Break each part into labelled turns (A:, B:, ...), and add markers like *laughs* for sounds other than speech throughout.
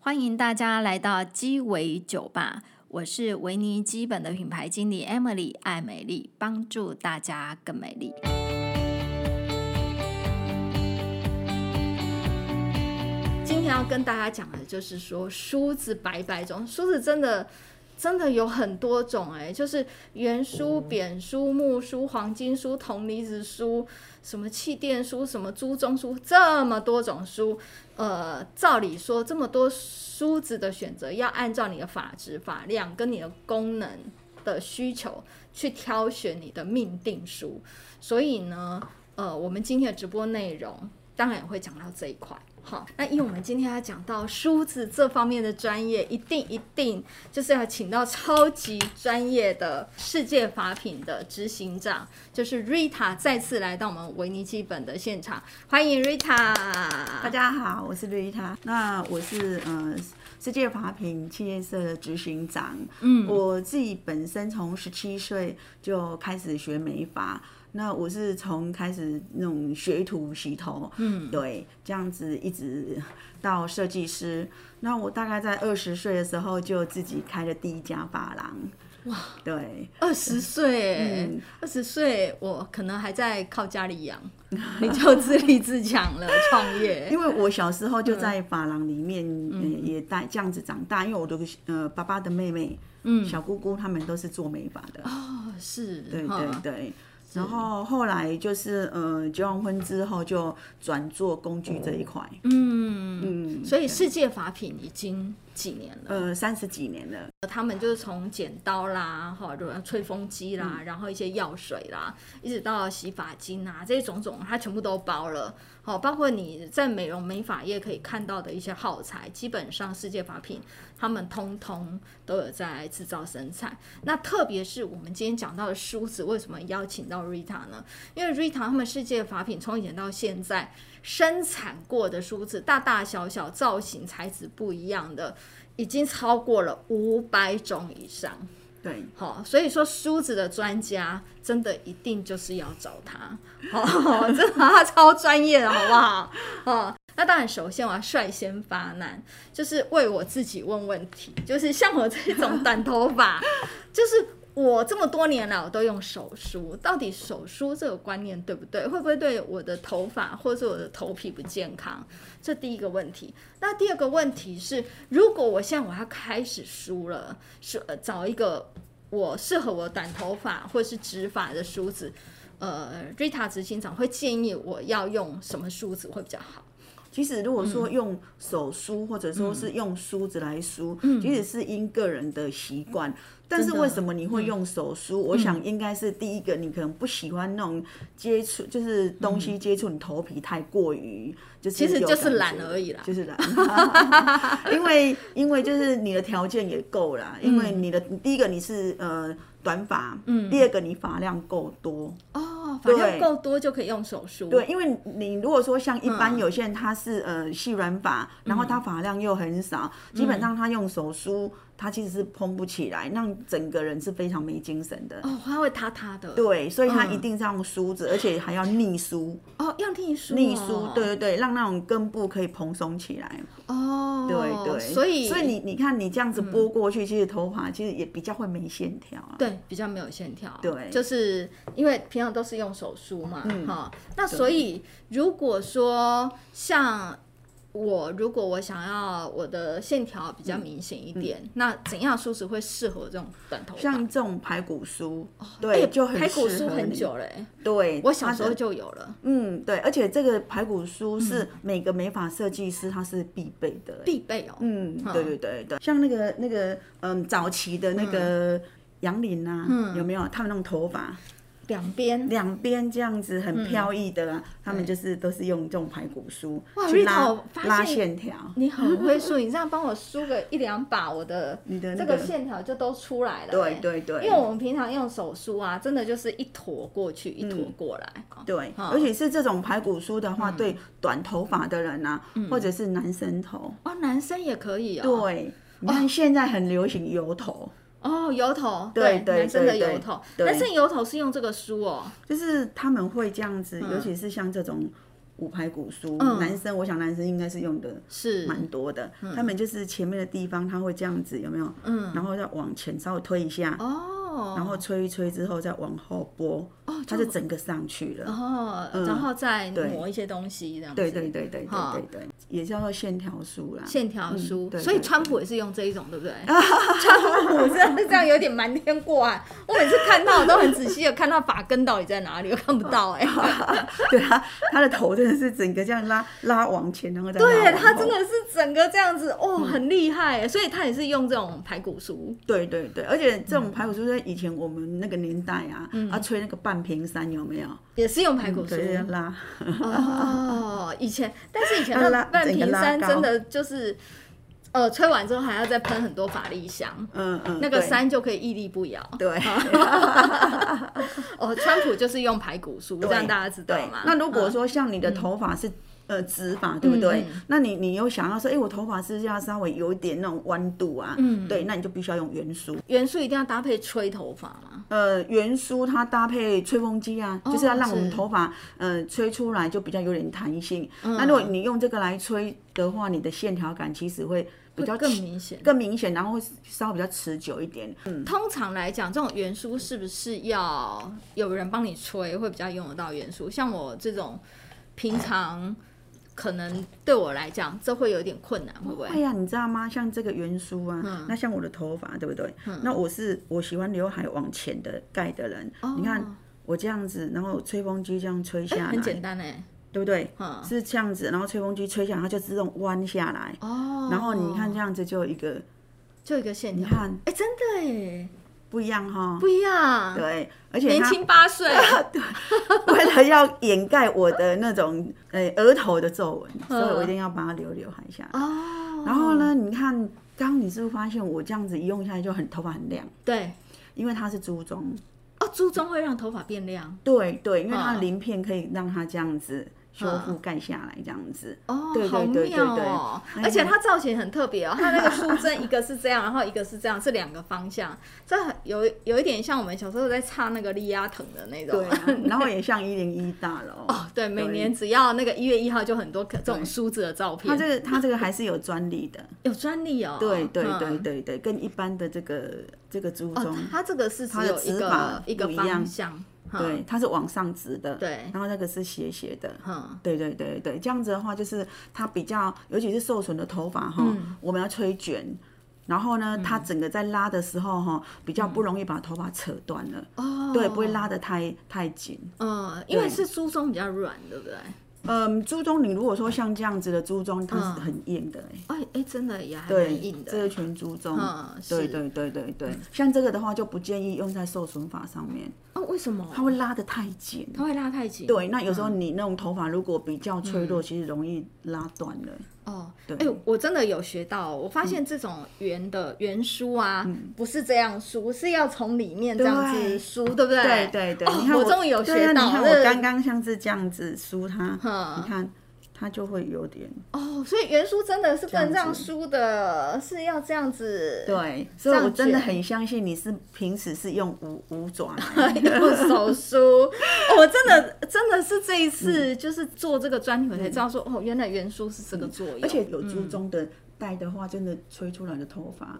A: 欢迎大家来到鸡尾酒吧，我是维尼基本的品牌经理 Emily 艾美丽，帮助大家更美丽。
B: 今天要跟大家讲的就是说，梳子百百种，梳子真的真的有很多种哎、就是圆梳、扁梳、木梳、黄金梳、铜离子梳，什么气垫梳、什么猪鬃梳，这么多种梳。呃，照理说这么多梳子的选择，要按照你的发质、发量跟你的功能的需求去挑选你的命定梳。所以呢，呃，我们今天的直播内容当然也会讲到这一块。好，那因为我们今天要讲到梳子这方面的专业，一定一定就是要请到超级专业的世界法品的执行长，就是 Rita 再次来到我们维尼基本的现场，欢迎 Rita。
C: 大家好，我是绿塔。那我是呃世界法品企业社的执行长。嗯，我自己本身从十七岁就开始学美发。那我是从开始那种学徒洗头，嗯，对，这样子一直到设计师。那我大概在二十岁的时候就自己开了第一家发廊。哇，对，
B: 二十岁，
C: 嗯
B: 二十岁，我可能还在靠家里养， *laughs* 你就自立自强了，创业。
C: 因为我小时候
B: 嗯
C: 就在发廊里面，嗯，也带这样子长大。因为我的呃爸爸的妹妹，嗯，小姑姑他们都是做美发的，
B: 哦，是，
C: 对
B: 哈
C: 对对。然后后来就是呃结完婚之后就转做工具这一块，
B: 嗯所以世界法品已经几年了，
C: 呃三十几年了。
B: 他们就是从剪刀啦，哈，吹风机啦，然后一些药水啦，一直到洗发精啊，这些种种，它全部都包了。好，包括你在美容美发业可以看到的一些耗材，基本上世界法品他们通通都有在制造生产。那特别是我们今天讲到的梳子，为什么邀请到 Rita 呢？因为 Rita 他们世界法品从以前到现在生产过的梳子，大大小小、造型、材质不一样的，已经超过了五百种以上。
C: 对，
B: 好、所以说梳子的专家真的一定就是要找他，哦， *laughs* 真的他超专业的，好不好？哦，那当然，首先我要率先发难，就是为我自己问问题，就是像我这种短头发， *laughs* 就是我这么多年来我都用手梳，到底手梳这个观念对不对？会不会对我的头发或者我的头皮不健康？这第一个问题。那第二个问题是，如果我现在我要开始梳了，是呃找一个我适合我短头发或是直发的梳子，呃，Rita 执行长会建议我要用什么梳子会比较好？
C: 其实如果
B: 嗯
C: 说用手梳或者说是用梳子来梳，其实是因个人的习惯。但是
B: 嗯真的嗯
C: 为什么你会用手梳？我想应该是第一个，你可能不喜欢那种接触，就是东西接触你头皮太过于，就
B: 嗯
C: 是
B: 其实
C: 有
B: 就
C: 感
B: 是懒
C: 觉的
B: 而已啦
C: 就是懒。
B: *laughs*
C: 因为因为就是你的条件也够啦，因
B: 嗯
C: 为你的第一个你是呃短发，嗯，第二个你发量够多，
B: 哦，反正
C: 对
B: 够多就可以用手梳。
C: 对，，因为你如果说像一
B: 嗯
C: 般有些人他是、呃细软发，然后他发量又很少，基
B: 嗯
C: 本上他用手梳，他其实是蓬不起来，让整个人是非常没精神的。
B: 哦，它会塌塌的。
C: 对，所以他
B: 嗯
C: 一定是要用梳子，而且还要逆梳，
B: 哦，要逆梳、哦。
C: 逆梳，对。对对，让那种根部可以蓬松起来。
B: 哦，
C: 对对，
B: 所以嗯
C: 所以你你看你这样子拨过去，其实头发其实也比较会没线条啊。
B: 对比较没有线条。
C: 对嗯
B: 就是因为平常都是用手梳嘛，哈、那所以如果说像。我如果我想要我的线条比较明显一点，那怎样的梳子会适合这种短头发？
C: 嗯像这种排骨梳，
B: 哎
C: 对，就很
B: 排骨
C: 适
B: 梳
C: 合
B: 很
C: 你
B: 久了、哎
C: 对，
B: 我小
C: 它
B: 时候
C: 的
B: 就有了，
C: 嗯，对，而且这个排骨梳是每个美发设计师他是必备的、欸。
B: 嗯必备哦、
C: 嗯，对对对对，像那个那个嗯，早期的那个杨林啊，
B: 嗯
C: 有没有？他们那种头发
B: 两边
C: 两边这样子
B: 嗯
C: 很飘逸的啊，他们就是都是用这种排骨梳
B: 哇
C: 去拉
B: Rita，我发现
C: 拉线条。
B: 你很会梳，你这样帮我梳个一两把，我的
C: *laughs* 你的那
B: 这
C: 个
B: 个线条就都出来了、
C: 对
B: 哎
C: 对对，
B: 因为我们平常用手梳啊，真的就是一坨过去，一坨过来。
C: 嗯对，
B: 哦
C: 而且是这种排骨梳的话，
B: 嗯
C: 对短头发的人啊，或者是男生头，
B: 哦，男生也可以哦。
C: 对，你看现在很流行油头，
B: 哦，油头，
C: 对对
B: 男生的
C: 对
B: 油
C: 对
B: 头，
C: 对
B: 男生油头是用这个梳哦。
C: 就是他们会这样子，尤其是像这种五排古书，
B: 嗯
C: 男生我想男生应该是用的
B: 是
C: 蛮多的，他们就是前面的地方他会这样子有没有？嗯，然后再往前稍微推一下，
B: 哦，
C: 然后吹一吹之后再往后拨，哦，它就整个上去了。
B: 哦，然后再抹一些东西这样子。
C: 嗯对对对对对对对，也叫做线条书啦。
B: 线条书，
C: 嗯对
B: 所以
C: 对
B: 川普也是用这一种，对不对？川普真的是这样有点瞒天过海。我每次看到我都很仔细的看到发根到底在哪里，我看不到哎、
C: *laughs* 对他他的头真的是整个这样拉拉往前，然后再拉
B: 对
C: 往
B: 他
C: 后
B: 真的是整个这样子，哦，
C: 嗯
B: 很厉害欸，所以他也是用这种排骨酥，
C: 对对对，而且
B: 嗯
C: 这种排骨酥在以前我们那个年代啊，啊吹那个半屏山有没有？
B: 也是用排骨
C: 嗯对，要
B: 酥。
C: 拉，
B: 哦，以前，但是以前
C: 要
B: 的
C: 拉
B: 半
C: 整个
B: 瓶
C: 拉
B: 山
C: 高
B: 真的就是，呃，吹完之后还要再喷很多法力香，
C: 嗯嗯，
B: 那个
C: 对
B: 山就可以屹立不摇。
C: *laughs*
B: *laughs*
C: 对。
B: 哦，川普就是用排骨酥，这样大家知道
C: 对
B: 吗？
C: 那如果
B: 嗯
C: 说像你的头发是、呃直发，对不对？
B: 嗯
C: 那你你又想要说，哎、我头发是不是要稍微有一点那种弯度啊？嗯，对，那你就必须要用圆梳。
B: 元素一定要搭配吹头发嘛，
C: 呃，圆梳它搭配吹风机啊，就是要让我们
B: 哦是
C: 头发呃吹出来就比较有点弹性。那如果
B: 嗯
C: 你用这个来吹的话，你的线条感其实会比较
B: 更
C: 持
B: 明显。
C: 更明显，然后会稍微比较持久一点。
B: 通常来讲，这种元素是不是要有人帮你吹会比较用得到元素？像我这种平常可能对我来讲，这会有点困难，会不会？
C: 哎呀，你知道吗？像这个圆梳啊，
B: 嗯
C: 那像我的头发，对不对？那我是我喜欢刘海往前的盖的人，你看。我这样子，然后吹风机这样吹下来，
B: 很简单哦哎、
C: 对不对？
B: 嗯
C: 是这样子，然后吹风机吹下来，它就自动弯下来。
B: 哦
C: 然后你看这，样子就有一个，
B: 就一个线
C: 你
B: 条，
C: 看
B: 哎、真的哎，
C: 不一样哈。
B: 不一样，
C: 对，而且
B: 年
C: 它
B: 轻八岁，
C: 为了要掩盖我的那种呃额头的皱纹，所以我一定要把它留刘海下来。
B: 嗯哦，
C: 然后呢，你看刚刚你是不是发现我这样子一用下来就很头发很亮？
B: 对，
C: 因为它是珠妆。
B: 哦，珠妆会让头发变亮，
C: 对对，因为它
B: 嗯
C: 的鳞片可以让它这样子修复
B: 嗯
C: 盖下来，这样子。
B: 哦，
C: 对对
B: 好
C: 对对哎
B: 妙哦！
C: 对
B: 而且它造型很特别哦，它那个梳针一个是这样，然后一个是这样，是两个方向，这很有有一点像我们小时候在插那个利亚藤的那种
C: 对。啊， *laughs* 然后也像一零一大楼。
B: *laughs* 哦，对，每
C: 对
B: 年只要那个一月一号就很多这种梳子的照
C: 它
B: 片，
C: 这个它这个还是有专利的。
B: 有专利哦。
C: 对对对
B: 嗯。
C: 对对，跟一般的这个这个珠
B: 哦
C: 妆，，
B: 它这个是只
C: 它的
B: 有一
C: 指
B: 个
C: 法
B: 一个
C: 不一样
B: 方向，嗯，
C: 对，它是往上直的。
B: 对
C: 然后那个是斜斜的。
B: 嗯，
C: 对对对对，这样子的话，就是它比较，尤其是受损的头发哈，
B: 嗯
C: 我们要吹卷，然后呢，它整个在拉的时候哈，比较不容易把头发扯断了，
B: 嗯哦，
C: 对，不会，拉得太太紧。
B: 嗯，因为
C: 对
B: 是梳妆比较软，对不对？
C: 嗯，猪鬃你如果说像这样子的猪鬃，它是很硬的、欸，
B: 哎哎，真的也还
C: 对，
B: 蛮嗯硬的，
C: 这是全猪鬃。
B: 嗯，
C: 对
B: 是嗯
C: 对对对对，像这个的话就不建议用在受损法上面，
B: 哦，为什么
C: 它会拉得太紧。
B: 它会拉太紧？
C: 对，那有时候
B: 嗯
C: 你那种头发如果比较脆弱，其实容易拉断了。
B: 哦，
C: 对嗯
B: 哎、我真的有学到哦，我发现这种圆的圆梳啊，不是这样梳，是要从里面这样子
C: 对
B: 梳，对不对？
C: 对对对，
B: 哦
C: 你看
B: 我终于有
C: 哎对
B: 学
C: 啊
B: 到
C: 你看
B: 这
C: 我刚刚像是这样子梳它，
B: 嗯
C: 你看它就会有点
B: 哦，所以圆梳真的是不能这
C: 这
B: 样
C: 样子
B: 梳的，是要这样子，
C: 对，所以我真的
B: 卷
C: 很相信你是平时是用五
B: *laughs*
C: 五爪来
B: 用手梳。
C: *laughs*
B: 哦我真的真的是这一
C: 嗯
B: 次就是做这个专题，我才知道说、哦，原来圆梳是这个作用，
C: 而且有珠中的戴的话，真的吹出来的头发，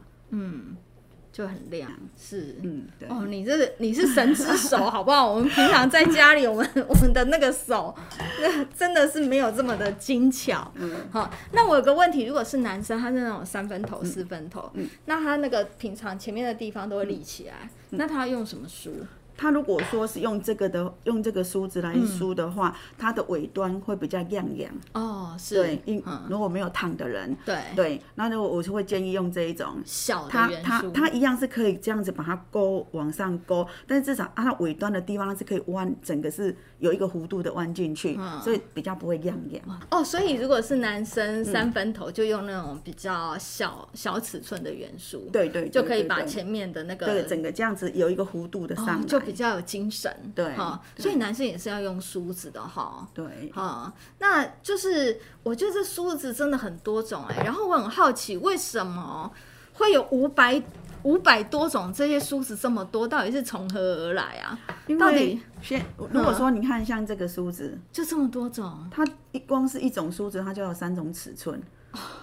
B: 就很亮，是。
C: 嗯，对，
B: 哦，你这你是神之手， *laughs* 好不好？我们平常在家里，我们我们的那个手，那真的是没有这么的精巧。
C: 嗯，
B: 好，那我有个问题，如果是男生，他是那种三分头、四分头，
C: 嗯
B: 那他那个平常前面的地方都会立起来，
C: 嗯
B: 那他要用什么梳？
C: 它如果说是用这个的，用这个梳子来梳的话，它的尾端会比较亮亮，
B: 哦，是
C: 对，因
B: 嗯，
C: 如果没有烫的人，
B: 对，
C: 对，那就我就会建议用这一种。
B: 小的
C: 它
B: 圆
C: 它
B: 梳，
C: 它一样是可以这样子把它勾往上勾，但是至少按它尾端的地方它是可以弯，整个是有一个弧度的弯进去，所以比较不会亮亮。
B: 嗯哦，所以如果是男
C: 嗯
B: 生三分头，就用那种比较小小尺寸的圆梳，
C: 对对对
B: 就可以
C: 对
B: 把
C: 对
B: 前面的那
C: 对
B: 个
C: 整个这样子有一个弧度的上
B: 哦
C: 来，
B: 就比较有精神，
C: 对
B: 哈、所以男生也是要用梳子的哈。
C: 对。
B: 啊、那就是我觉得这欸梳子真的很多种哎、然后我很好奇为什么会有五百五百多种这些梳子这么多，到底是从何而来啊？
C: 因
B: 到
C: 为
B: 底
C: 先
B: 嗯
C: 如果说你看像这个梳子，
B: 就这么多种，
C: 它一光是一种梳子，它就有三种尺寸，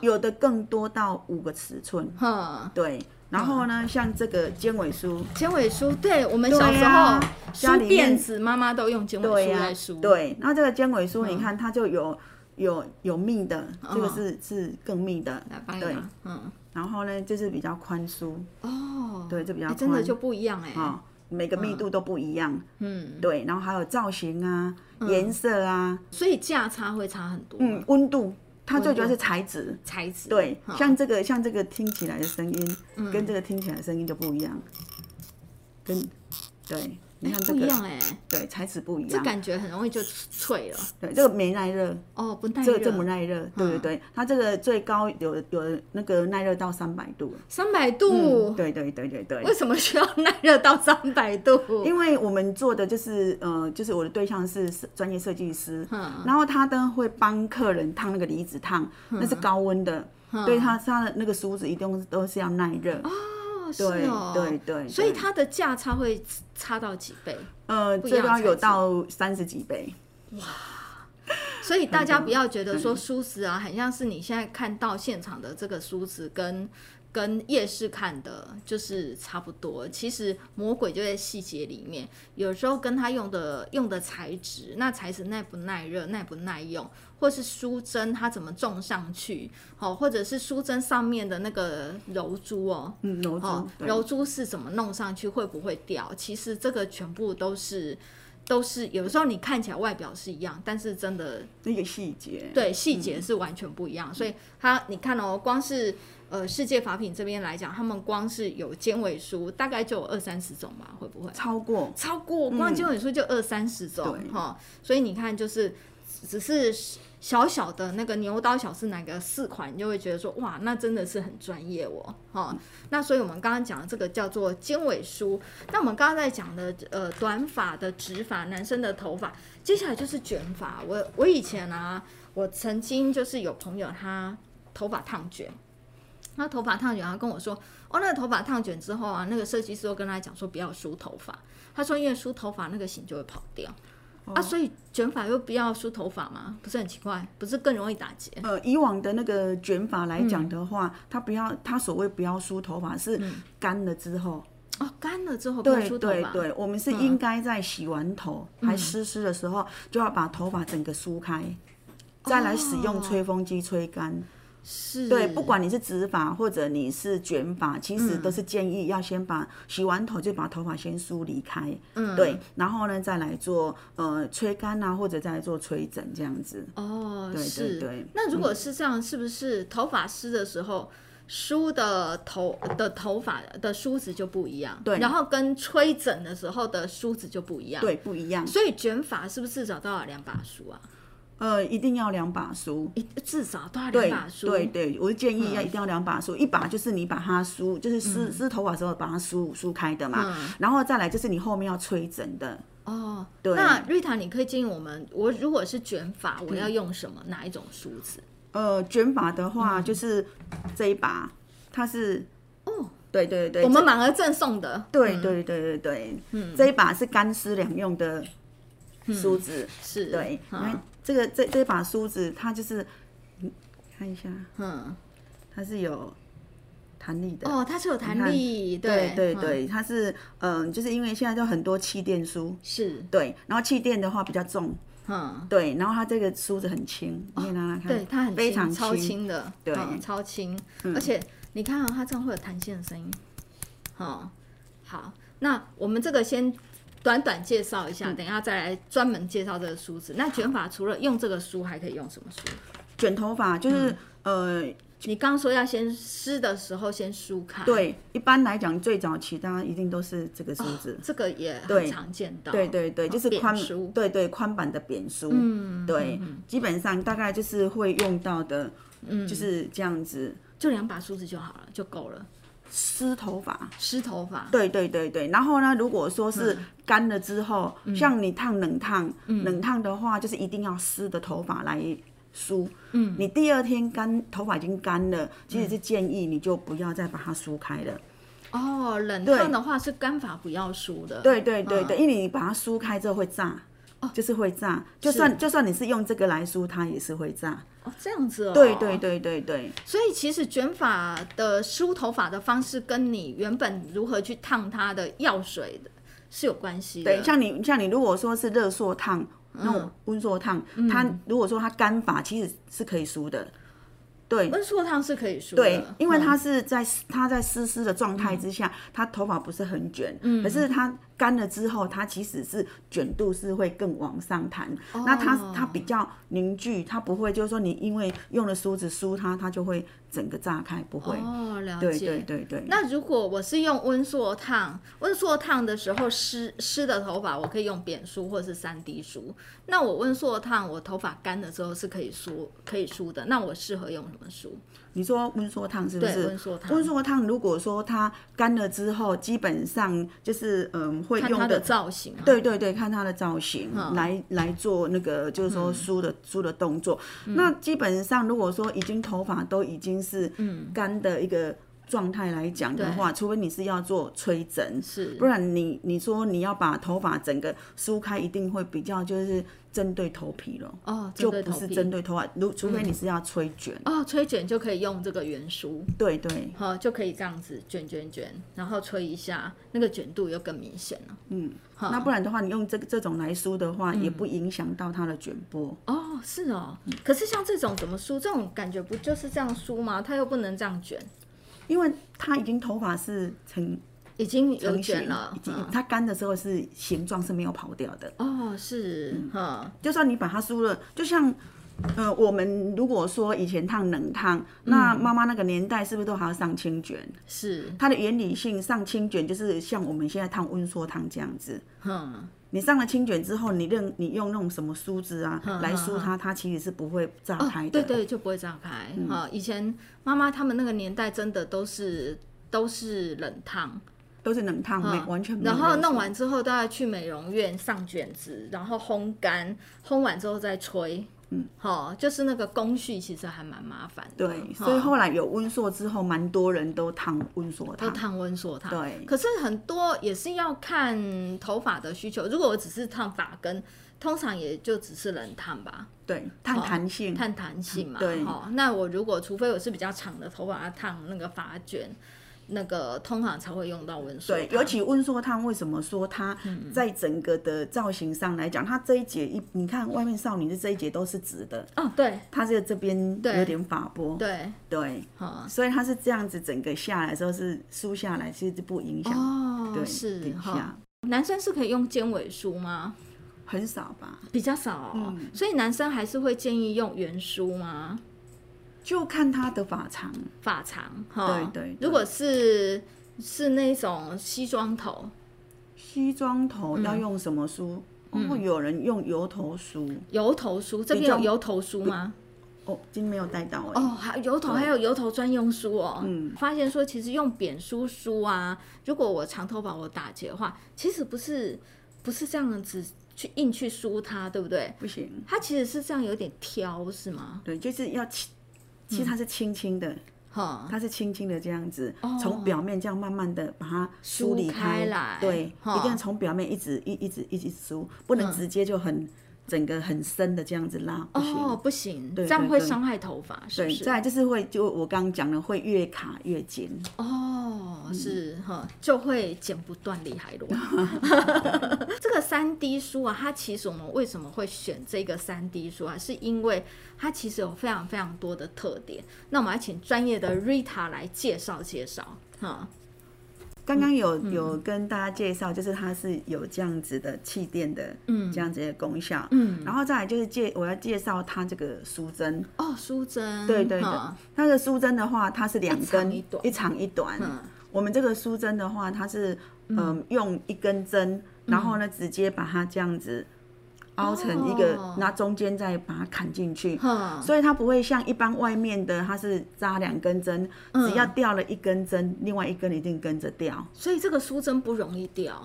C: 有的更多到五个尺寸。
B: 哼。
C: 对，然后呢，像这个尖尾梳，
B: 剪尾梳，对我们
C: 对
B: 小时
C: 啊
B: 候梳
C: 家里面
B: 辫子，妈妈都用剪尾
C: 对
B: 梳
C: 呀、
B: 来梳。
C: 对，那这个尖尾梳，你看它就有有有密的，这个
B: 嗯
C: 是是更密的
B: 来，帮你
C: 对
B: 拿，嗯，
C: 然后呢，就是比较宽梳，
B: 哦，
C: 对，这比较
B: 哎
C: 宽，
B: 真的就不一样哎、
C: 啊、每个密度都不一样，
B: 嗯，
C: 对，然后还有造型啊、颜色啊，
B: 所以价差会差很多。
C: 嗯，，温度，它最主要
B: 温度
C: 是材质。
B: 材质
C: 对，
B: 哈
C: 像这个像这个听起来的声音，
B: 嗯
C: 跟这个听起来的声音就不一样，跟对，你
B: 哎
C: 看这
B: 不一
C: 个，啊
B: 样哎、
C: 对，材质不一
B: 这
C: 样，
B: 感觉很容易就脆了。
C: 对，这个没耐热，
B: 哦，不耐
C: 这
B: 热，
C: 个这么耐
B: 嗯
C: 热，对对对，它这个最高有有那个耐热到三百度，
B: 三百度、
C: 嗯对对对对对
B: 哦为，什么需要耐热到三百度？
C: 因为我们做的就是呃，就是我的对象是设专业设计师，
B: 嗯
C: 然后他呢会帮客人烫那个离子烫，那是高温的，对他他的那个梳子一定都是要耐热，
B: 嗯哦，是
C: 对
B: 哦，
C: 对对，
B: 所以
C: 对
B: 它的价差会差到几倍，
C: 呃，
B: 不一
C: 最
B: 样
C: 高
B: 的
C: 有
B: 材质
C: 到三十几倍，
B: 所以大家不要觉得说梳子啊，很像是你现在看到现场的这个梳子跟跟夜市看的就是差不多。其实魔鬼就在细节里面，有时候跟它用的用的材质，那材质耐不耐热、耐不耐用，或是梳针它怎么种上去，哦，或者是梳针上面的那个柔珠哦，
C: 嗯，柔珠，
B: 哦，
C: 对
B: 柔珠是怎么弄上去，会不会掉？其实这个全部都是都是，有时候你看起来外表是一样，但是真的
C: 那个细节，
B: 对细节是完全不一样。所以它你看哦，光是呃世界法品这边来讲，他们光是有尖尾梳，大概就有二三十种吧，会不会？嗯
C: 超过，
B: 超过光尖尾梳就二三十种
C: 对
B: 哈、所以你看就是只是小小的那个牛刀小试哪个四款，你就会觉得说哇，那真的是很专业哦哈、那所以我们刚刚讲的这个叫做尖尾梳，那我们刚刚在讲的呃短发的直发，男生的头发，接下来就是卷发。我我以前啊，我曾经就是有朋友他头发烫卷。他头发烫卷，他跟我说，哦，那个头发烫卷之后啊，那个设计师又跟他讲说不要梳头发，他说因为梳头发那个型就会跑掉、
C: 哦
B: 啊，所以卷发又不要梳头发嘛，不是很奇怪？不是更容易打结？
C: 呃，以往的那个卷发来
B: 嗯
C: 讲的话，它不要，它所谓不要梳头发是干了之后，
B: 哦，干了之嗯后不要
C: 对
B: 梳头
C: 对
B: 发，嗯
C: 对，我们是应该在洗完头、还湿湿的时候，就要把头发整个梳开。再来使
B: 哦
C: 用吹风机吹干，
B: 是，
C: 对，不管你是直发或者你是卷发，其实都是建议要先把洗完头就把头发先梳离开，嗯，对，然后呢再来做呃吹干啊，或者再来做吹整这样子，
B: 哦，
C: 对
B: 是。
C: 对嗯
B: 那如果是这样，是不是头发湿的时候？梳的头的头发的梳子就不一样，对然后跟吹整的时候的梳子就不一样，
C: 对，不一样，
B: 所以卷发是不是至少都要两把梳啊？
C: 呃，一定要两把梳，
B: 一至少都要两
C: 对
B: 把梳，嗯
C: 对对，我是建议要一定要两把梳，一把就是你把它梳，就是梳梳头发的时候把它梳梳开的嘛，
B: 嗯
C: 然后再来就是你后面要吹整的，
B: 哦，
C: 对嗯
B: 那瑞塔，你可以建议我们，我如果是卷发，我要用什么、哪一种梳子？
C: 呃，卷发的
B: 嗯
C: 话就是这一把，它是
B: 哦，
C: 对对对，
B: 我们
C: 这
B: 满额赠送的，
C: 对对对对对，
B: 嗯
C: 这一把是干湿两用的梳子，
B: 是，
C: 对，因为
B: 嗯
C: 这个这这把梳子它就是，嗯看一下，
B: 嗯，
C: 它是有弹力的。
B: 哦，它是有弹力，
C: 对对
B: 嗯
C: 对，它是嗯、就是因为现在就很多气垫梳，
B: 是，
C: 对，然后气垫的话比较重，
B: 嗯，
C: 对，然后它这个梳子很轻，你可以拿拿看，
B: 哦对，它很
C: 啊非常
B: 轻，超，轻的，
C: 对
B: 嗯超轻，而且你看啊，它这样会有弹性的声音，哦，好，那我们这个先。短短介绍一
C: 嗯
B: 下，等一下再来专门介绍这个梳子。那卷发除了用这个梳，还可以用什么梳？
C: 卷头发就是、
B: 嗯
C: 呃，
B: 你刚说要先湿的时候先梳开，，
C: 对，一般来讲最早期大家一定都是这个梳子。
B: 这个也很
C: 对
B: 常见到。
C: 对对对，
B: 哦
C: 就是
B: 扁
C: 宽
B: 梳，
C: 对对宽版的扁梳，嗯，对，基本上大概就是会用到的，嗯，就是这样子
B: 就两把梳子就好了，就够了。
C: 湿头发，
B: 湿头发，
C: 对对对对，然后呢，如果说是干了之后，像你烫冷烫，冷烫的话就是一定要湿的头发来梳。嗯，你第二天干头发已经干了，其实是建议你就不要再把它梳开了。
B: 哦，冷烫的话是干法不要输的。
C: 对对对对，因为你把它梳开之后会炸，就是会炸。就算就算你哦是用这个来梳，它也是会炸。
B: 哦，这样子哦。
C: 对对。对对对
B: 所以其实卷发的梳头发的方式，跟你原本如何去烫它的药水的是有关系的。
C: 对，像你像你如果说是热缩烫。
B: 嗯
C: 那种温缩烫，它如果说它干发，其实是可以梳的。对
B: 温硕烫是可以梳的。
C: 对，因为
B: 嗯
C: 它是在它在湿湿的状态之下，它头发不是很卷，
B: 嗯
C: 可是它干了之后，它其实是卷度是会更往上弹。
B: 哦
C: 那它它比较凝聚，它不会就是说你因为用了梳子梳它，它就会整个炸开，不会。
B: 哦，了解。
C: 对对对对。
B: 那如果我是用温硕烫，温硕烫的时候湿湿的头发，我可以用扁梳或是三 D 梳。那我温硕烫，我头发干了之后是可以梳可以梳的。那我适合用什么梳？
C: 你说温缩烫是不
B: 对
C: 是？
B: 温缩烫
C: 温缩烫如果说它干了之后，基本上就是嗯会
B: 看
C: 用
B: 它
C: 的
B: 的造型、啊。
C: 对对对，看它的造型、来来做那个，就是说梳的、梳的动作。
B: 嗯
C: 那基本上，如果说已经头发都已经是
B: 嗯
C: 干的一个状态来讲的话，除非你是要做吹整，
B: 是
C: 不然你你说你要把头发整个梳开，一定会比较就是针对头皮了，
B: 哦，针
C: 就
B: 对
C: 不
B: 头
C: 是
B: 皮
C: 针对头发。如除非你是要吹卷，
B: 哦，吹卷就可以用这个圆梳，
C: 对对
B: 好、就可以这样子卷卷卷，然后吹一下，那个卷度又更明显了。
C: 那不然的话，你用这这种来梳的话，
B: 嗯
C: 也不影响到它的卷波。
B: 哦，是哦。可是像这种怎么梳？这种感觉不就是这样梳吗？它又不能这样卷，
C: 因为它已经头发是成
B: 已经有
C: 成
B: 卷
C: 型
B: 了
C: 已。经
B: 嗯
C: 它干的时候是形状是没有跑掉的。
B: 哦，是，哈、
C: 就算你把它梳了，就像呃，我们如果说以前烫冷烫，那
B: 嗯
C: 妈妈那个年代是不是都还要上清卷？
B: 是，
C: 它的原理性上清卷就是像我们现在烫温缩烫这样子。
B: 哼，
C: 你上了清卷之后，你用你用那种什么梳子啊来梳它，它其实是不会炸开的。
B: 哦对对，就不会炸开。哈、以前妈妈他们那个年代真的都是都是冷烫，
C: 都是冷烫，没完全没有
B: 然
C: 热水。
B: 后弄完之后都要去美容院上卷子，然后烘干，烘完之后再吹。嗯，好、就是那个工序其实还蛮麻烦的。
C: 对，
B: 哈
C: 所以后来有温缩之后，蛮多人都烫温缩
B: 都
C: 烫。
B: 烫温缩烫。
C: 对
B: 可是很多也是要看头发的需求。如果我只是烫发根，通常也就只是冷烫吧，
C: 对，烫弹性。
B: 看弹性嘛。
C: 对
B: 齁那我如果除非我是比较长的头发，烫那个发卷，那个通常才会用到温缩
C: 对
B: 烫。，嗯
C: 尤其温硕烫为什么说它在整个的造型上来讲，它这一节一你看外面少女的这一节都是直的，
B: 哦，对
C: 它这个这边
B: 对
C: 有点发波，
B: 对，
C: 对，
B: 哈。
C: 所以它是这样子整个下来的时候是梳下来，其实是不影响
B: 哦，
C: 对
B: 是
C: 底
B: 哈
C: 下，
B: 男生是可以用尖尾梳吗？
C: 很少吧，
B: 比较少哦、所以男生还是会建议用圆梳吗？
C: 就看它的发长，
B: 发长哈。
C: 对对对
B: 如果是是那种西装头，
C: 西装头
B: 嗯
C: 要用什么梳？哦，有人用油头梳，
B: 油头梳，这边有油头梳吗？
C: 哦，今天没有带到哎、
B: 哦，还有油头，还有油头专用梳哦。嗯，发现说其实用扁梳梳啊，如果我长头发我打结的话，其实不是不是这样子去硬去梳它，对不对？
C: 不行，
B: 它其实是这样有点挑是吗？
C: 对，就是要轻，其实它是轻轻的，
B: 嗯哈，哦
C: 它是轻轻的这样子，从、表面这样慢慢的把它梳理
B: 梳开来
C: 对，
B: 哈嗯
C: 一定要从表面一直一一直一直梳，不能直接就很、整个很深的这样子拉，不行。
B: 哦，不行，
C: 对
B: 这样会
C: 对
B: 伤害头发，是不
C: 对，
B: 是？
C: 再来就是会，就我刚刚讲的，会越卡越紧。
B: 哦，是哈，就会剪不断理还乱。 *laughs* 这个三 D 书啊，它其实我们为什么会选这个三 D 书啊，是因为它其实有非常非常多的特点。那我们要请专业的 Rita 来介绍介绍哈。
C: 刚刚有、
B: 嗯
C: 有跟大家介绍，就是它是有这样子的气垫的，嗯，这样子的功效，嗯，然后再来就是介我要介绍它这个梳针，
B: 哦，淑珍，
C: 对对对
B: 哈，
C: 它的梳针的话，它是两
B: 一长
C: 根
B: 一短嗯
C: 长一短。我们这个梳针的话，它是嗯、用一根针，
B: 嗯
C: 然后呢直接把它这样子凹成一个，
B: 哦
C: 那、中间再把它砍进去。
B: 哈，
C: 所以它不会像一般外面的，它是扎两根针，
B: 嗯
C: 只要掉了一根针，另外一根一定跟着掉，
B: 所以这个淑珍不容易掉，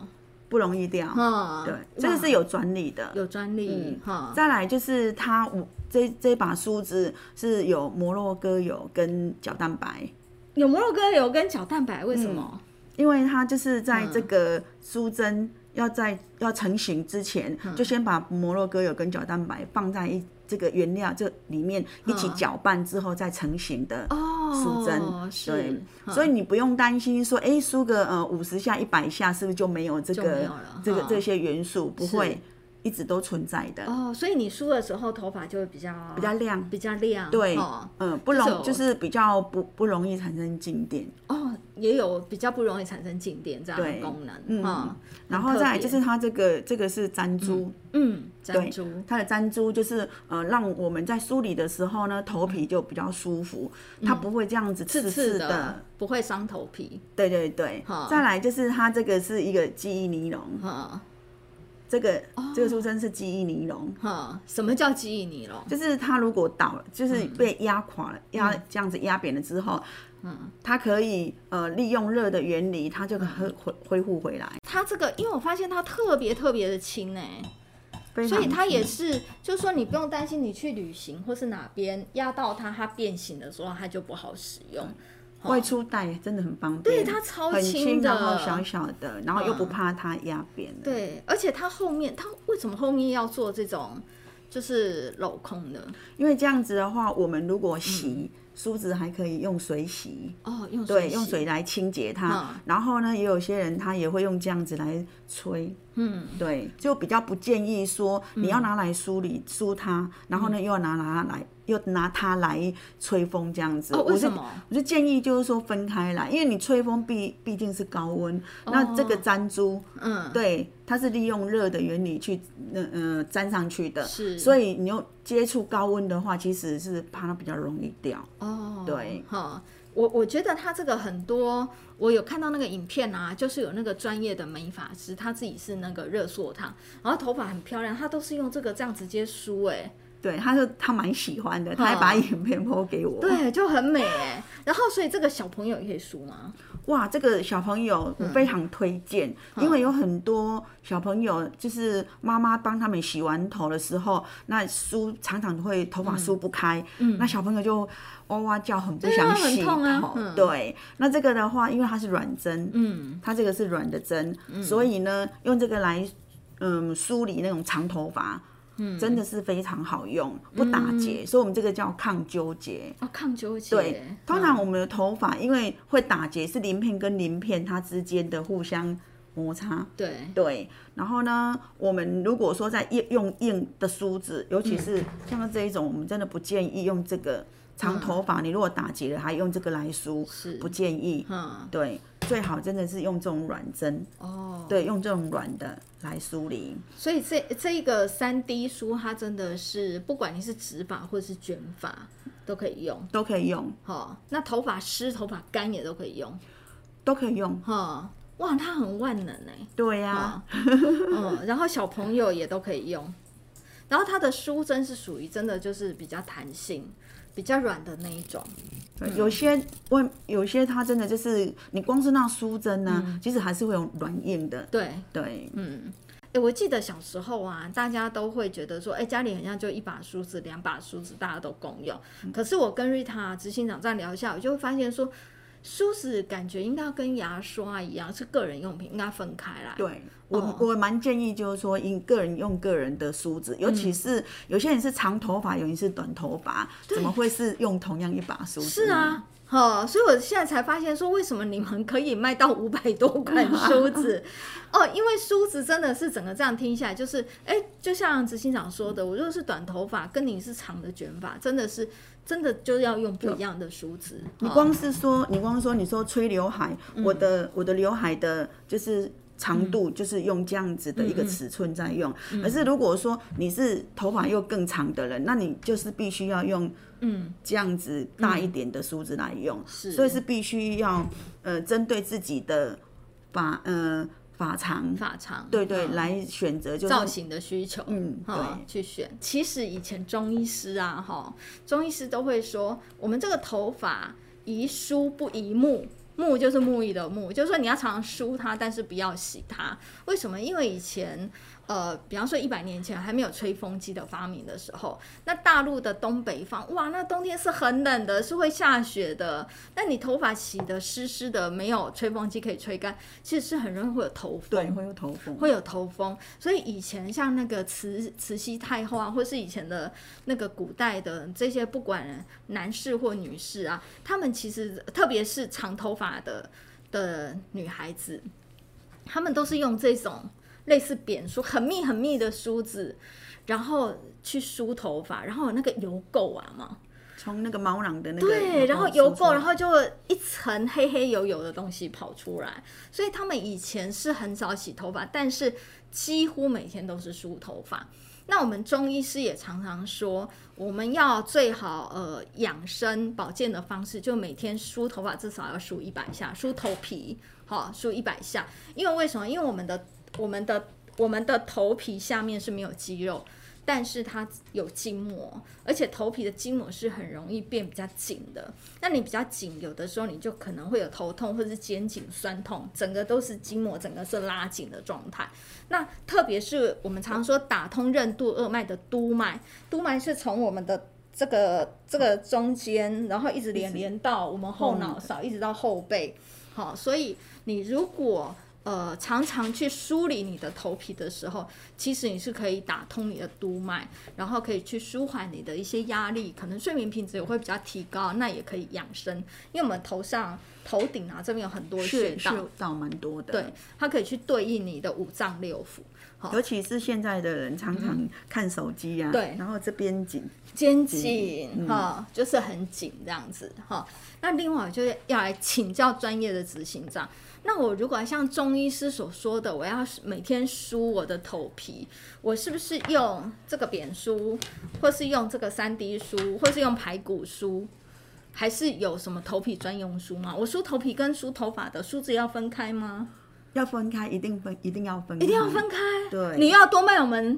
C: 不容易掉。
B: 哈，
C: 对
B: 哇，
C: 这个是有专利的。
B: 有专利哈，
C: 再来就是它，我这这把梳子是有摩洛哥油跟角蛋白，
B: 有摩洛哥油跟角蛋白，为什么？
C: 因为它就是在这
B: 嗯
C: 个苏针要在要成型之前，
B: 嗯
C: 就先把摩洛哥油跟角蛋白放在一这个原料这里面一起搅拌之后再成型的
B: 哦，嗯
C: 苏针。对
B: 是，，
C: 所以你不用担心说，哎，苏个呃五十下、一百下是不是就没有这
B: 就没
C: 个
B: 有了
C: 这个
B: 嗯
C: 这些元素？不
B: 是
C: 会，一直都存在的，
B: 哦，所以你梳的时候头发就会比较
C: 嗯比较亮。
B: 比较亮，
C: 对
B: 哦，
C: 嗯，不
B: 这种
C: 容就是比较不不容易产生静电。
B: 哦，也有比较不容易产生静电这样的
C: 对
B: 功能，
C: 嗯
B: 哦
C: 然
B: 很
C: 后
B: 特
C: 再来
B: 别
C: 就是它这个这个是粘珠，
B: 嗯，珍珠，
C: 它的粘珠就是呃，让我们在梳理的时候呢，头皮就比较舒服，它不会这样子刺
B: 嗯刺
C: 刺
B: 的，不会伤头皮，
C: 对对对
B: 哈，
C: 再来就是它这个是一个记忆尼龙，
B: 哈哦
C: 这个这个书生是记忆尼龙，
B: 哈，嗯什么叫记忆尼龙？
C: 就是它如果倒了，就是
B: 嗯
C: 被压垮了，压这样子压扁了之后，嗯，它可以呃利用热的原理，它就可
B: 嗯
C: 以恢恢复回来，
B: 它这个，因为我发现它特别特别的轻哎、
C: 非
B: 所以
C: 常
B: 它也
C: 轻
B: 是，就是说你不用担心你去旅行或是哪边压到它，它变形的时候它就不好使用。哦
C: 外出带真的很方
B: 对
C: 便，
B: 它超
C: 很
B: 轻
C: 轻，
B: 的嗯
C: 然后小小的，然后又不怕它压扁了。
B: 对，而且它后面，它为什么后面要做这种就是镂空呢？
C: 因为这样子的话，我们如果洗梳子还可以用水洗，
B: 哦，用水
C: 对，用
B: 洗
C: 水来清洁它。
B: 嗯
C: 然后呢，也有些人他也会用这样子来吹，嗯，对，就比较不建议说你要拿来梳理梳
B: 嗯
C: 它，然后呢又要拿拿来又拿它来吹风这样子。
B: 哦，
C: 我
B: 为
C: 是
B: 什么？
C: 我就建议就是说分开来，因为你吹风毕毕竟是高温，那这个粘珠，
B: 哦嗯，
C: 对，它是利用热的原理去嗯呃粘上去的，
B: 是
C: 所以你用接触高温的话，其实是怕它比较容易掉。
B: 哦，
C: 对
B: 哈，我我觉得他这个很多，我有看到那个影片啊，就是有那个专业的美发师，他自己是那个热缩烫，然后头发很漂亮，他都是用这个这样直接梳、哎，
C: 对，他说他蛮喜欢的，他还把影片播给我。，
B: 嗯对，就很美哎、然后所以这个小朋友也可以梳吗？
C: 哇，这个小朋友
B: 嗯
C: 我非常推荐，因为有很多小朋友就是妈妈帮他们洗完头的时候，那梳常常会头发梳不开，那小朋友就哇哇叫，很不
B: 嗯
C: 想洗
B: 对啊很痛啊
C: 头。
B: 嗯
C: 对，那这个的话，因为它是软针，嗯，它这个是软的针，
B: 嗯
C: 所以呢，用这个来嗯梳理那种长头发。嗯，真的是非常好用，不
B: 嗯
C: 打结，所以我们这个叫抗纠结。
B: 哦，抗纠结，
C: 对，通常
B: 嗯
C: 我们的头发因为会打结，是鳞片跟鳞片它之间的互相摩擦。
B: 对
C: 对，然后呢，我们如果说在硬用硬的梳子，尤其是像这一种，我们真的不建议用这个长头发。你如果打结了，还用这个来梳，
B: 嗯是
C: 不建议。
B: 嗯
C: 对，最好真的是用这种软针，
B: 哦，
C: 对，用这种软的来梳理。
B: 所以这这一个三 D 梳，它真的是不管你是直发或是卷发都可以用。
C: 都可以用，
B: 哦，那头发湿、头发干也都可以用。
C: 都可以用。
B: 哈、哇，它很万能哎、
C: 对呀、
B: 啊，嗯，然后小朋友也都可以用。然后它的梳针是属于真的就是比较弹性、比较软的那一种。
C: 对有些问，有些它真的就是你光是那梳针呢、
B: 嗯
C: 其实还是会有软硬的。
B: 对，
C: 对，
B: 哎，我记得小时候啊，大家都会觉得说，哎，家里好像就一把梳子、两把梳子，大家都共用。
C: 嗯
B: 可是我跟瑞塔执行长这样聊一下，我就会发现说，梳子感觉应该要跟牙刷一样，是个人用品，应该分开来。
C: 对我、
B: 哦
C: 我蛮建议就是说，因个人用个人的梳
B: 嗯
C: 子，尤其是有些人是长头发，有些人是短头发，怎么会是用同样一把梳子？
B: 是，啊，哦，所以我现在才发现说，为什么你们可以卖到五百多款梳子？哦，因为梳子真的是整个这样听下来，就是，哎、就像执行长说的，我如果是短头发，跟你是长的卷发，真的是真的就要用不一样的梳子。
C: 你
B: 哦
C: 光是说，你光说你说吹刘海，
B: 嗯
C: 我的我的刘海的就是。长度就是用这样子的一个尺寸在用，
B: 嗯
C: 可是如果说你是头发又更长的人，那你就是必须要用
B: 嗯，
C: 这样子大一点的梳子来用，
B: 是
C: 所以是必须要呃针对自己的发呃发长，
B: 发长，
C: 对对，
B: 嗯
C: 来选择就是
B: 造型的需求，
C: 嗯
B: 哈去
C: 对
B: 选。其实以前中医师啊，哈，中医师都会说，我们这个头发宜梳不宜沐，沐就是沐浴的沐，就是说你要常常梳它，但是不要洗它。为什么？因为以前呃，比方说一百年前还没有吹风机的发明的时候，那大陆的东北方，哇，那冬天是很冷的，是会下雪的。那你头发洗得湿湿的，没有吹风机可以吹干，其实是很容易会有头风。
C: 对，会有头风，
B: 会有头风，所以以前像那个慈慈禧太后啊，或是以前的那个古代的这些，不管男士或女士啊，他们其实特别是长头发的的女孩子，他们都是用这种类似扁梳、很密很密的梳子，然后去梳头发，然后有那个油垢啊嘛，
C: 从那个毛囊的那个
B: 对，然后油
C: 出来
B: 垢，然后就一层黑黑油油的东西跑出来，所以他们以前是很少洗头发，但是几乎每天都是梳头发。那我们中医师也常常说，我们要最好呃养生保健的方式，就每天梳头发至少要梳一百下，梳头皮，好、梳一百下。因为为什么？因为我们的我们的我们的头皮下面是没有肌肉，但是它有筋膜，而且头皮的筋膜是很容易变比较紧的。那你比较紧，有的时候你就可能会有头痛或者是肩颈酸痛，整个都是筋膜整个是拉紧的状态。那特别是我们常说打通任督二脉的督脉，督脉是从我们的。这个这个中间，然后一直连连到我们后脑勺，一直到后背，好，所以你如果呃常常去梳理你的头皮的时候，其实你是可以打通你的督脉，然后可以去舒缓你的一些压力，可能睡眠品质也会比较提高，那也可以养生，因为我们头上头顶啊这边有很多穴
C: 是是
B: 道，
C: 倒蛮多的，
B: 对，它可以去对应你的五脏六腑。好
C: 尤其是现在的人常常看手机呀、啊
B: 嗯对
C: 然后这边紧，
B: 肩颈嗯哈、就是很紧这样子哈、那另外我就是要来请教专业的执行长。那我如果像中医师所说的，我要是每天梳我的头皮，我是不是用这个扁梳，或是用这个三 D 梳，或是用排骨梳，还是有什么头皮专用梳吗？我梳头皮跟梳头发的梳子要分开吗？
C: 要分开，一定分，一定要分，
B: 一定要分。开。
C: 嗯对
B: 你要多卖我
C: *laughs*
B: 们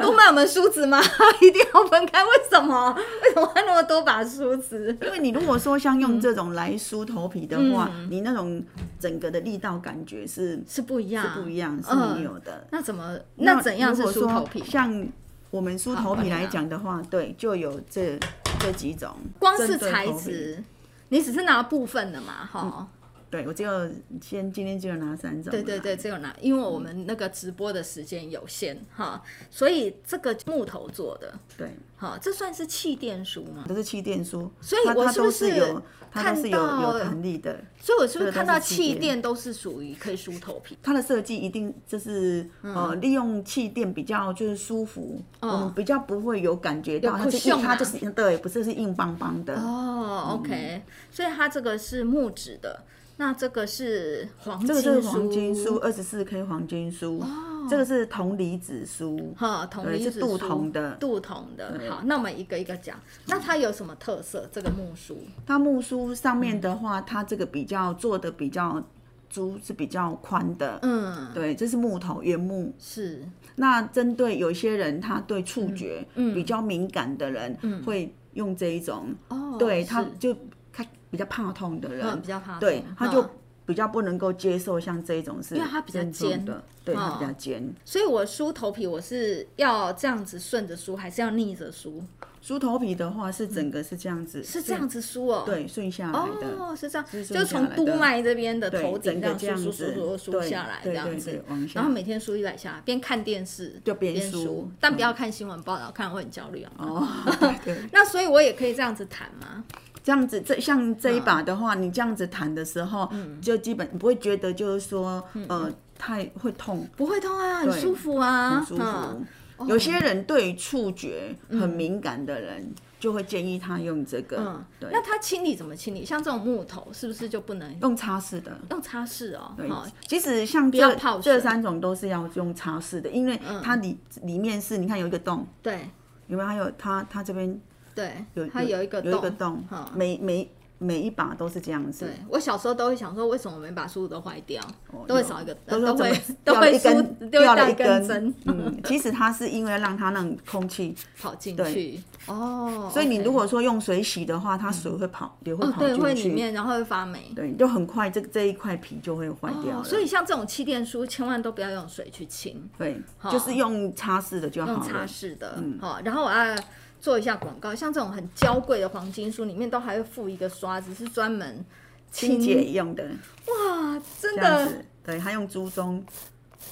B: 多卖我们梳子吗？ *laughs* 一定要分开？为什么？ *laughs* 为什么要那么多把梳子？
C: 因为你如果说像用这种来梳头皮的话，
B: 嗯
C: 你那种整个的力道感觉是
B: 是不一样，
C: 是不一样，是
B: 嗯
C: 没有的。
B: 那怎么？那怎样
C: 如
B: 是
C: 果
B: 梳
C: 说
B: 头皮？
C: 像我们梳
B: 好
C: 头皮
B: 我
C: 来
B: 懂
C: 讲的话，对，就有这这几种。
B: 光是
C: 针对
B: 材
C: 头皮，嗯
B: 质，你只是拿部分的嘛，哈、
C: 对我只有先今天只有拿三种。
B: 对对对，，只有拿，因为我们那个直播的时间有限哈，所以这个木头做的，
C: 对，
B: 哈，这算是气垫梳吗？
C: 都是气垫梳，
B: 所以
C: 它
B: 我
C: 它
B: 是不
C: 都
B: 是
C: 有它都是有
B: 看到
C: 有弹力的？
B: 所以我是不是
C: 这个都
B: 看到
C: 是气
B: 气
C: 垫
B: 垫都是属于可以梳头皮？
C: 它的设计一定就是、
B: 嗯
C: 呃，利用气垫比较就是舒服，我们比较不会有感觉到
B: 有
C: 它是
B: cushion
C: 硬，它
B: 啊
C: 就是对，不是是硬邦邦的。
B: 哦，OK，、所以它这个是木质的，那这个是黄金哦
C: 这
B: 梳，
C: 个是黄金酥，二十四 K 黄金酥，这个是铜离子酥，
B: 哈，呃铜
C: 对
B: 离
C: 是
B: 子梳
C: 镀铜的
B: 镀铜的。好，那我们一个一个讲，那它有什么特色？这个木梳
C: 它木梳上面的话，它这个比较做的比较珠是比较宽的，嗯，对，这是木头原木。
B: 是
C: 那针对有些人，他对触觉
B: 嗯
C: 比较敏感的人，会用这一种，
B: 哦，
C: 对，
B: 是
C: 他就他比较怕痛的人，
B: 嗯比较怕痛，
C: 对，他就
B: 嗯
C: 比较不能够接受像这一种是，因
B: 为它比较尖
C: 的，对，它比较
B: 哦
C: 尖。
B: 所以我梳头皮，我是要这样子顺着梳，还是要逆着梳？
C: 梳头皮的话是整个是这样子，
B: 嗯是这样子梳哦，。
C: 对顺下来的，
B: 哦，是这样，
C: 梳
B: 就是
C: 下
B: 从
C: 来
B: 督
C: 的
B: 脉这边的头
C: 整
B: 顶
C: 个这
B: 这样
C: 样
B: 梳梳
C: 子
B: 梳梳梳
C: 对
B: 下来，这
C: 对
B: 样
C: 对
B: 子
C: 对往，下
B: 然后每天梳一百下，边看电视
C: 就边梳
B: 梳
C: 嗯，
B: 但不要看新闻报道，看我很焦虑啊。
C: 哦，对对，
B: 那所以我也可以这样子弹吗？
C: 这样子这像
B: 嗯
C: 这一把的话，你这样子弹的时候，就基本你不会觉得就是说
B: 嗯
C: 呃太会痛，
B: 不会痛啊，很
C: 对
B: 舒服啊，
C: 很舒服
B: 嗯。
C: 有些人对于触觉很敏感的人，就会建议他用这个
B: 嗯，，
C: 对，
B: 那它清理怎么清理？像这种木头是不是就不能
C: 用擦拭的。
B: 用擦拭哦？
C: 对
B: 哈，
C: 其实像
B: 要
C: 这
B: 泡水嗯
C: 这三种都是要用擦拭的，因为它里里面是你看有一个洞，
B: 对
C: 有没有？还有它它这边
B: 对
C: 有，
B: 它有一个嗯
C: 有一个洞
B: 哈，
C: 每每每一把都是这样子
B: 对。我小时候都会想说，为什么每把梳子都坏掉，
C: 哦
B: 都会
C: 有
B: 少一个，都
C: 都
B: 会
C: 说怎么
B: *laughs* 都
C: 掉了
B: 会
C: 一
B: 梳
C: 根，
B: 都会
C: 掉
B: 带
C: 了一
B: 一根针 *laughs*
C: 根，嗯，其实它是因为让它让空气，
B: 跑进
C: 对
B: 去。哦，
C: 所以你
B: OK
C: 如果说用水洗的话，它水会跑，也会
B: 哦
C: 跑
B: 对会
C: 进
B: 里
C: 去，
B: 面，然后会发霉。
C: 对，就很快这这一块皮就会坏掉
B: 哦
C: 了。
B: 所以像这种气垫梳，千万都不要用水去清，
C: 对，就是用擦拭的就嗯好
B: 用擦
C: 了。
B: 拭的。好、然后我要做一下广告，像这种很娇贵的黄金梳，里面都还会附一个刷子，是专门
C: 清洁用的，
B: 哇，真
C: 这样
B: 的
C: 子，对，还用猪鬃，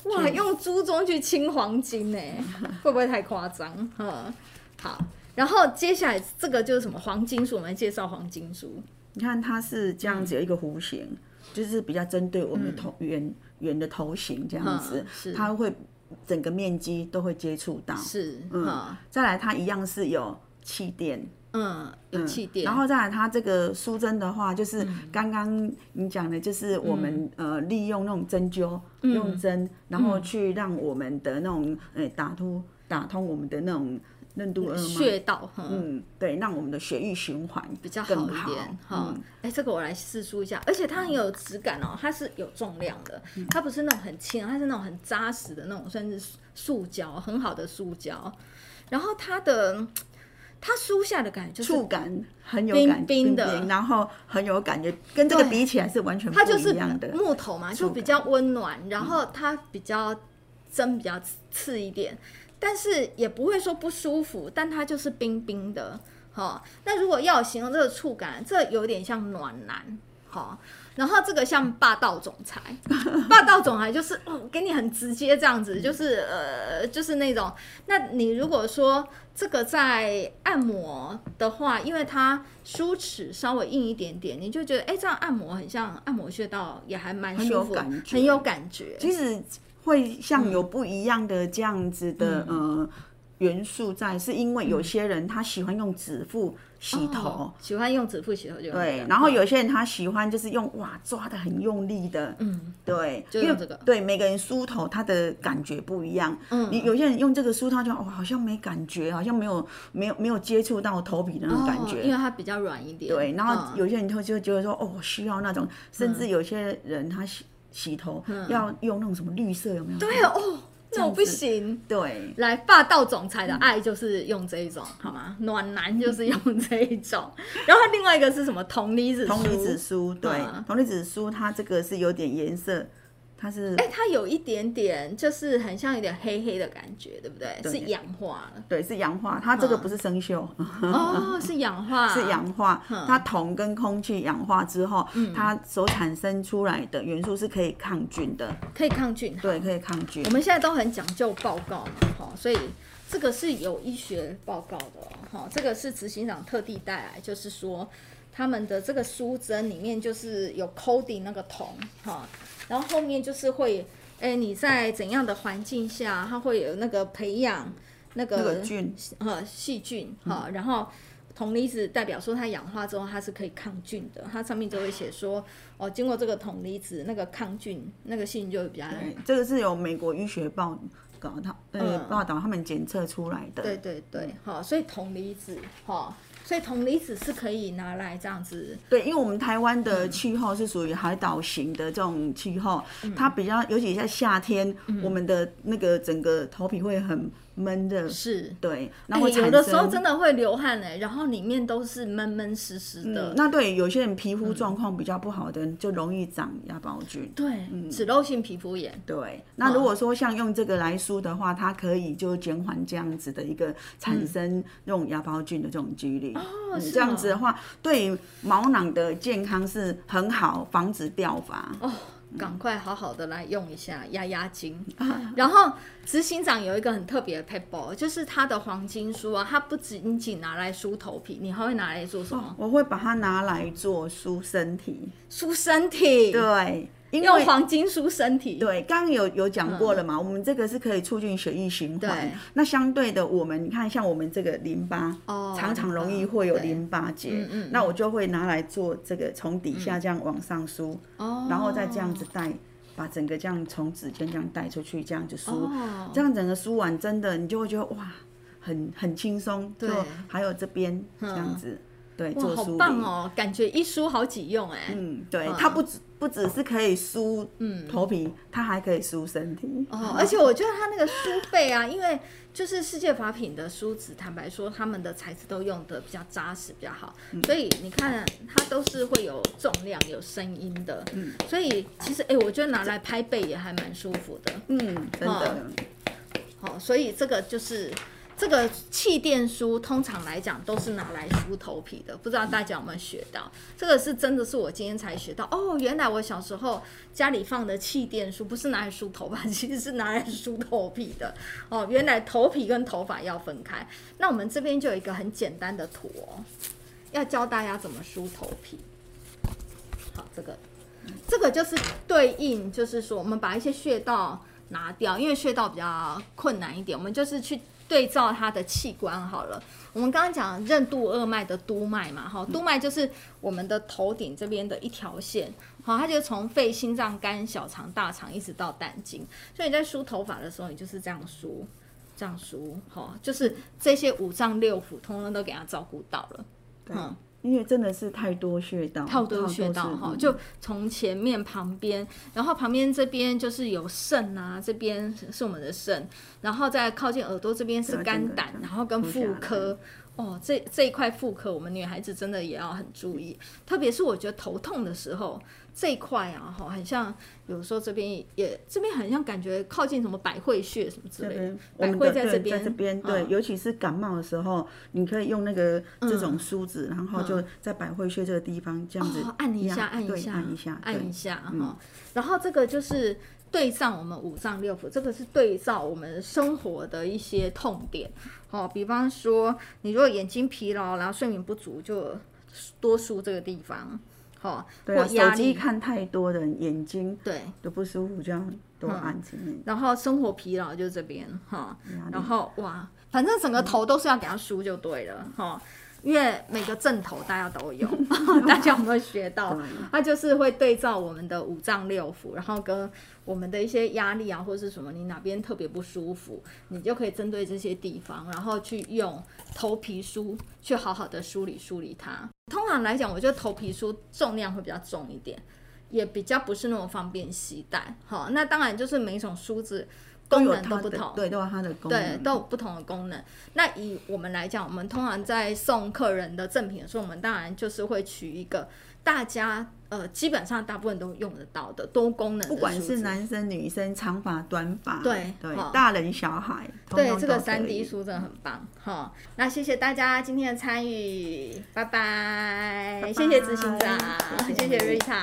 B: 哇，用猪鬃去清黄金呢，会不会太夸张？嗯，好。然后接下来这个就是什么黄金梳，我们来介绍黄金梳。
C: 你看它是这样
B: 嗯
C: 子有一个弧形，就是比较针对我们头圆圆的头型这样子
B: 嗯是，
C: 它会整个面积都会接触到。
B: 是，嗯
C: 再来，它一样是有气垫，
B: 嗯，有气垫，嗯
C: 然后再来，它这个梳针的话，就是刚刚你讲的，就是我们、呃利用那种针灸，
B: 嗯
C: 用针，然后去让我们的那种呃打通打通我们的那种任督二脉，
B: 穴道，嗯
C: 嗯，对，让我们的血液循环
B: 比较好
C: 更
B: 一点哈。哎、
C: 嗯，
B: 这个我来试梳一下，而且它很有质感哦，它是有重量的，它不是那种很轻，啊它是那种很扎实的那种，算是塑胶，很好的塑胶。然后它的它梳下的感觉就是
C: 触感很有
B: 冰
C: 感，
B: 冰的
C: 然后很有感觉，跟这个
B: 对
C: 比起来是完全不
B: 它就是
C: 一样的。嗯
B: 木头嘛，就比较温暖，然后它比较针比较刺一点，但是也不会说不舒服，但它就是冰冰的。好、那如果要形容这个触感，这有点像暖男。好、然后这个像霸道总裁，霸道总裁就是哦，给你很直接这样子，就是呃，就是那种。那你如果说这个在按摩的话，因为它梳齿稍微硬一点点，你就觉得哎，这样按摩很像按摩穴道，也还蛮
C: 很
B: 舒
C: 有
B: 服，
C: 感觉
B: 很有感觉。
C: 其实会
B: 嗯
C: 像有不一样的这样子的、呃元素在，是因为有些人他喜欢用指腹洗头，
B: 嗯哦喜欢用指腹洗头就嗯
C: 对，然后有些人他喜欢就是用哇抓的很用力的，嗯，对，
B: 就
C: 因为
B: 用这个
C: 对，每个人梳头他的感觉不一样，嗯，你有些人用这个梳他就哦好像没感觉，好像没有没有没有接触到头皮的那种感觉，
B: 哦因为它比较软一点。
C: 对，然后
B: 嗯
C: 有些人就就觉得说，哦，我需要那种，甚至有些人他洗洗头要用那种什么绿色，有没
B: 嗯
C: 有？
B: 对哦，那我不
C: 哎
B: *laughs*
C: 这样子
B: 行。
C: 对，
B: 来，霸道总裁的爱就是用这一种，
C: 嗯
B: 好吗？暖男就是用这一种。 *laughs* 然后另外一个是什么？铜离子梳。
C: 铜离子梳，对
B: 嗯，
C: 铜离子梳它这个是有点颜色，它是
B: 哎、它有一点点，就是很像有点黑黑的感觉，对不对？
C: 对
B: 是氧
C: *laughs*
B: 化了。
C: 对是氧化，它这个
B: 嗯嗯
C: 不是生锈，
B: 哦，是氧化，
C: 是氧化，它铜跟空气氧化之后，
B: 嗯
C: 它所产生出来的元素是可以抗菌的，
B: 可以抗菌。
C: 对，，可以抗菌
B: 我。们现在都很讲究报告嘛，哈、所以这个是有医学报告的哦，哈、这个是执行长特地带来，就是说他们的这个书针里面就是有 coding 那个铜，哈、然后后面就是会，哎，你在怎样的环境下，它会有那个培养那个
C: 那个菌，嗯
B: 呃细菌哈、然后铜离子代表说它氧化之后它是可以抗菌的，它上面就会写说哦，经过这个铜离子那个抗菌那个细菌就会比较
C: 对，哎这个是由美国医学报告它呃
B: 嗯
C: 报道他们检测出来的，
B: 对对
C: 嗯
B: 对，好、所以铜离子哈、所以铜离子是可以拿来这样子
C: 对，因为我们台湾
B: 嗯
C: 的气候是属于海岛型的这种气候，
B: 嗯
C: 它比较，尤其在夏天，我们的那个整个头皮会很闷热，
B: 是。
C: 对，然
B: 哎
C: 后会
B: 有的
C: 产
B: 时候
C: 生
B: 真的会流汗哎、然后里面都是闷闷湿湿的。嗯
C: 嗯那对有些人皮肤状况比较不好的人，就容易长芽孢菌。
B: 对，哦脂漏性皮肤炎。
C: 嗯对，那如果说像用这个来梳的话，它可以就减缓这样子的一个产生那种芽孢菌的这种几率。哦，
B: 是
C: 这样
B: 嗯哦
C: 子的话，对于毛囊的健康是很好，防止掉发。
B: 哦，
C: 嗯
B: 赶快好好的来用一下压压
C: *laughs*
B: 惊。然后
C: 啊
B: 执行长有一个很特别的 paper，就是他的黄金梳啊，它不仅仅拿来梳头皮，你还会拿来做什么？
C: 我会把它拿来做梳身体，
B: 梳身体，
C: 对，因
B: 嗯用
C: 为
B: 黄金梳身体。
C: 对，刚刚有有讲过了嘛，我们这个是可以促进血液循环
B: 对。
C: 那相对的，我们你看，像我们这个淋巴，
B: 哦嗯
C: 常常容易会有淋巴结，那我就会拿来做这个从底下这样往上梳，
B: 哦，
C: 然后再这样子带，把整个这样从指尖这样带出去，这样子梳，
B: 哦
C: 这样整个梳完，真的你就会觉得哇，很很轻松，
B: 对嗯
C: 就还有这边这样子，对，
B: 哇，
C: 做
B: 好
C: 梳理。
B: 棒哦，感觉一梳好几用哎、
C: 嗯，对，
B: 嗯
C: 它不只不只是可以梳头皮，它还可以梳身体。
B: 哦，而且我觉得它那个梳背啊，因为就是世界法品的梳子，坦白说，他们的材质都用的比较扎实，比较好，
C: 嗯
B: 所以你看它都是会有重量、有声音的。
C: 嗯
B: 所以其实哎、诶我觉得拿来拍背也还蛮舒服的。
C: 嗯，真的
B: 哦，哦，所以这个就是这个气垫梳，通常来讲都是拿来梳头皮的。不知道大家有没有学到？这个是真的是我今天才学到哦。原来我小时候家里放的气垫梳不是拿来梳头发， *laughs* 其实是拿来梳头皮的。哦，原来头皮跟头发要分开。那我们这边就有一个很简单的图哦，要教大家怎么梳头皮。好，这个。这个就是对应，就是说我们把一些穴道拿掉，因为穴道比较困难一点，我们就是去对照它的器官好了。我们刚刚讲任督二脉的督脉嘛，哈，督脉就是我们的头顶这边的一条线，好，它就从肺、心脏、肝、小肠、大肠一直到胆经，所以你在梳头发的时候，你就是这样梳，这样梳，哈，就是这些五脏六腑通通都给它照顾到了。
C: 对，因为真的是太多穴道，
B: 套都有穴道
C: 是
B: 哈，
C: 嗯
B: 就从前面旁边，然后旁边这边就是有肾啊，这边是我们的肾，然后再靠近耳朵这边是肝胆
C: 对，啊
B: 然后跟
C: 这
B: 妇
C: 个
B: 科。哦，这这一块妇科，我们女孩子真的也要很注意，特别是我觉得头痛的时候，这一块啊，哈，很像，有时候这边也这边很像感觉靠近什么百会穴什么之
C: 这
B: 类的
C: 边，我
B: 百
C: 们
B: 会
C: 的
B: 在
C: 对
B: 这
C: 这
B: 边，
C: 边对，
B: 嗯
C: 尤其是感冒的时候，你可以用那个这种梳子，然后就在百会穴这个地方这样子
B: 哦，按一
C: 压
B: 下，按一
C: 对
B: 下，
C: 按一下，
B: 按
C: 对嗯
B: 一下哈、然后这个就是对照我们五脏六腑，这个是对照我们生活的一些痛点。哦，比方说你如果眼睛疲劳，然后睡眠不足，就多梳这个地方。哦，
C: 对啊，
B: 或压
C: 手机
B: 力。
C: 看太多的眼睛
B: 对，
C: 都不舒服，这样多
B: 嗯
C: 按几面。
B: 然后生活疲劳就这边哈
C: 压，力嗯
B: 然后哇，反正整个头都是要给它梳就对了哈，因为每个正头大家都有， *laughs* 大家有没有学到？它就是会对照我们的五脏六腑，然后跟我们的一些压力啊或是什么，你哪边特别不舒服，你就可以针对这些地方，然后去用头皮梳去好好的梳理梳理它。通常来讲，我觉得头皮梳重量会比较重一点。也比较不是那么方便携带。好，那当然就是每一种梳子功
C: 有
B: 能
C: 它
B: 都不
C: 的嗯
B: 同，
C: 对，都有它的功
B: 对，
C: 能，
B: 都有不同的功能。那以我们来讲，我们通常在送客人的赠品的时候，我们当然就是会取一个大家呃基本上大部分都用得到的多功能的梳
C: 不
B: 子，
C: 管是男生女生，长发短发，
B: 对
C: 对
B: 好，
C: 大人小孩，通
B: 对
C: 通
B: 这个
C: 都可
B: 三 D
C: 以
B: 书真的很
A: 嗯
B: 棒哈、那谢谢大家今天的参与，拜拜，
C: 拜
B: 谢谢执行长，
C: 谢
B: 谢
C: 谢
B: 谢 Rita。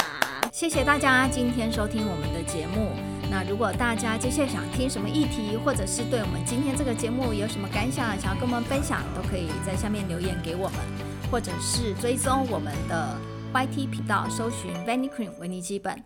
A: 谢谢大家今天收听我们的节目。那如果大家接下来想听什么议题，或者是对我们今天这个节目有什么感想，想要跟我们分享，都可以在下面留言给我们，或者是追踪我们的 YT 频道，搜寻 Vanny Cream 维尼基本，